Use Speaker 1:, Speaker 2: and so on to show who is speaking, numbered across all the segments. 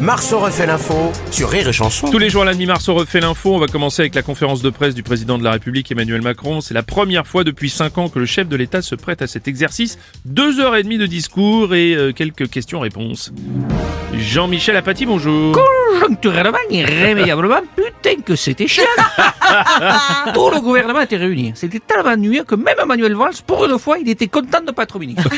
Speaker 1: Marceau refait l'info sur Rire et Chanson.
Speaker 2: Tous les jours à la mi-marceau refait l'info. On va commencer avec la conférence de presse du président de la République Emmanuel Macron. C'est la première fois depuis cinq ans que le chef de l'État se prête à cet exercice. Deux heures et demie de discours et euh, quelques questions-réponses. Jean-Michel Apathy, bonjour.
Speaker 3: Conjoncturellement, irrémédiablement, putain que c'était chiant Tout le gouvernement était réuni. C'était tellement ennuyeux que même Manuel Valls, pour une fois, il était content de ne pas être ministre.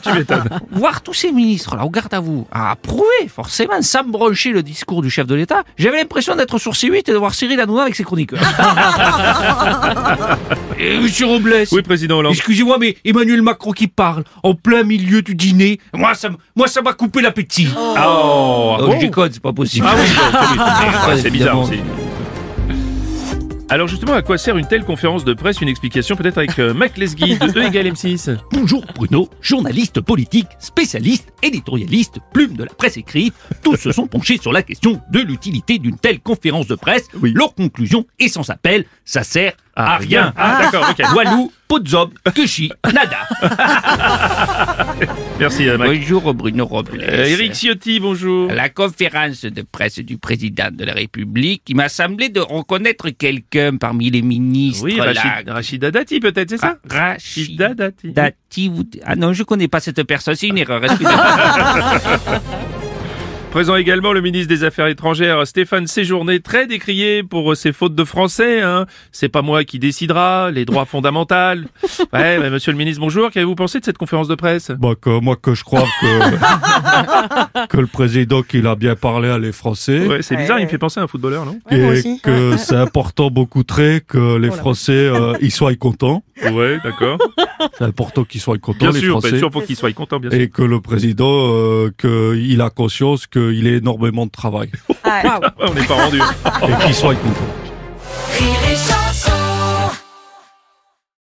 Speaker 2: tu m'étonnes.
Speaker 3: Voir tous ces ministres, là, au garde à vous, à approuver, forcément, sans broncher le discours du chef de l'État, j'avais l'impression d'être sur C8 et de voir Cyril Hanouna avec ses chroniques. Et Monsieur Robles
Speaker 2: Oui, président Hollande.
Speaker 3: Excusez-moi, mais Emmanuel Macron qui parle en plein milieu du dîner, moi ça, m- moi ça m'a coupé l'appétit.
Speaker 2: Oh, ah
Speaker 3: Oh,
Speaker 2: bon
Speaker 3: je déconne, c'est pas possible.
Speaker 2: Ah oui, bon, c'est- c'est bizarre
Speaker 3: évidemment.
Speaker 2: aussi. Alors justement, à quoi sert une telle conférence de presse Une explication peut-être avec euh, Mac Lesguy de E égale M6.
Speaker 3: Bonjour Bruno, journaliste politique, spécialiste, éditorialiste, plume de la presse écrite, tous se sont penchés sur la question de l'utilité d'une telle conférence de presse. Leur conclusion est sans appel, ça sert à, rien.
Speaker 2: Ah d'accord, ok.
Speaker 3: Walou, Potsdam, Keshi, Nada.
Speaker 2: Merci euh, Mac.
Speaker 3: Bonjour Bruno Robles.
Speaker 2: Euh, Eric Ciotti, bonjour.
Speaker 3: La conférence de presse du président de la République, il m'a semblé de reconnaître quelqu'un parmi les ministres.
Speaker 2: Oui,
Speaker 3: là.
Speaker 2: Rachid, Rachida Dati peut-être, c'est ça
Speaker 3: Ra-
Speaker 2: Rachida Dati.
Speaker 3: Dati ou- Ah non, je connais pas cette personne, c'est une erreur. excusez-moi.
Speaker 2: Présent également le ministre des Affaires étrangères Stéphane Séjourné, très décrié pour euh, ses fautes de français. Hein. C'est pas moi qui décidera, les droits fondamentaux. Ouais, bah, monsieur le ministre, bonjour. Qu'avez-vous pensé de cette conférence de presse
Speaker 4: Bah que, moi que je crois que, que le président qu'il a bien parlé à les Français
Speaker 2: Ouais, c'est bizarre, il me fait penser à un footballeur, non
Speaker 5: Ouais, moi
Speaker 4: et
Speaker 5: aussi.
Speaker 4: que c'est important beaucoup très que les Français euh, ils soient contents.
Speaker 2: Ouais, d'accord.
Speaker 4: C'est important qu'ils soient contents
Speaker 2: Bien
Speaker 4: les
Speaker 2: sûr, bien
Speaker 4: Français.
Speaker 2: sûr, pour qu'il soit content, bien sûr.
Speaker 4: Et que le président euh, que il a conscience qu'il a énormément de travail
Speaker 5: Ah,
Speaker 2: Ouais, on n'est pas rendu.
Speaker 4: et qu'il soit content.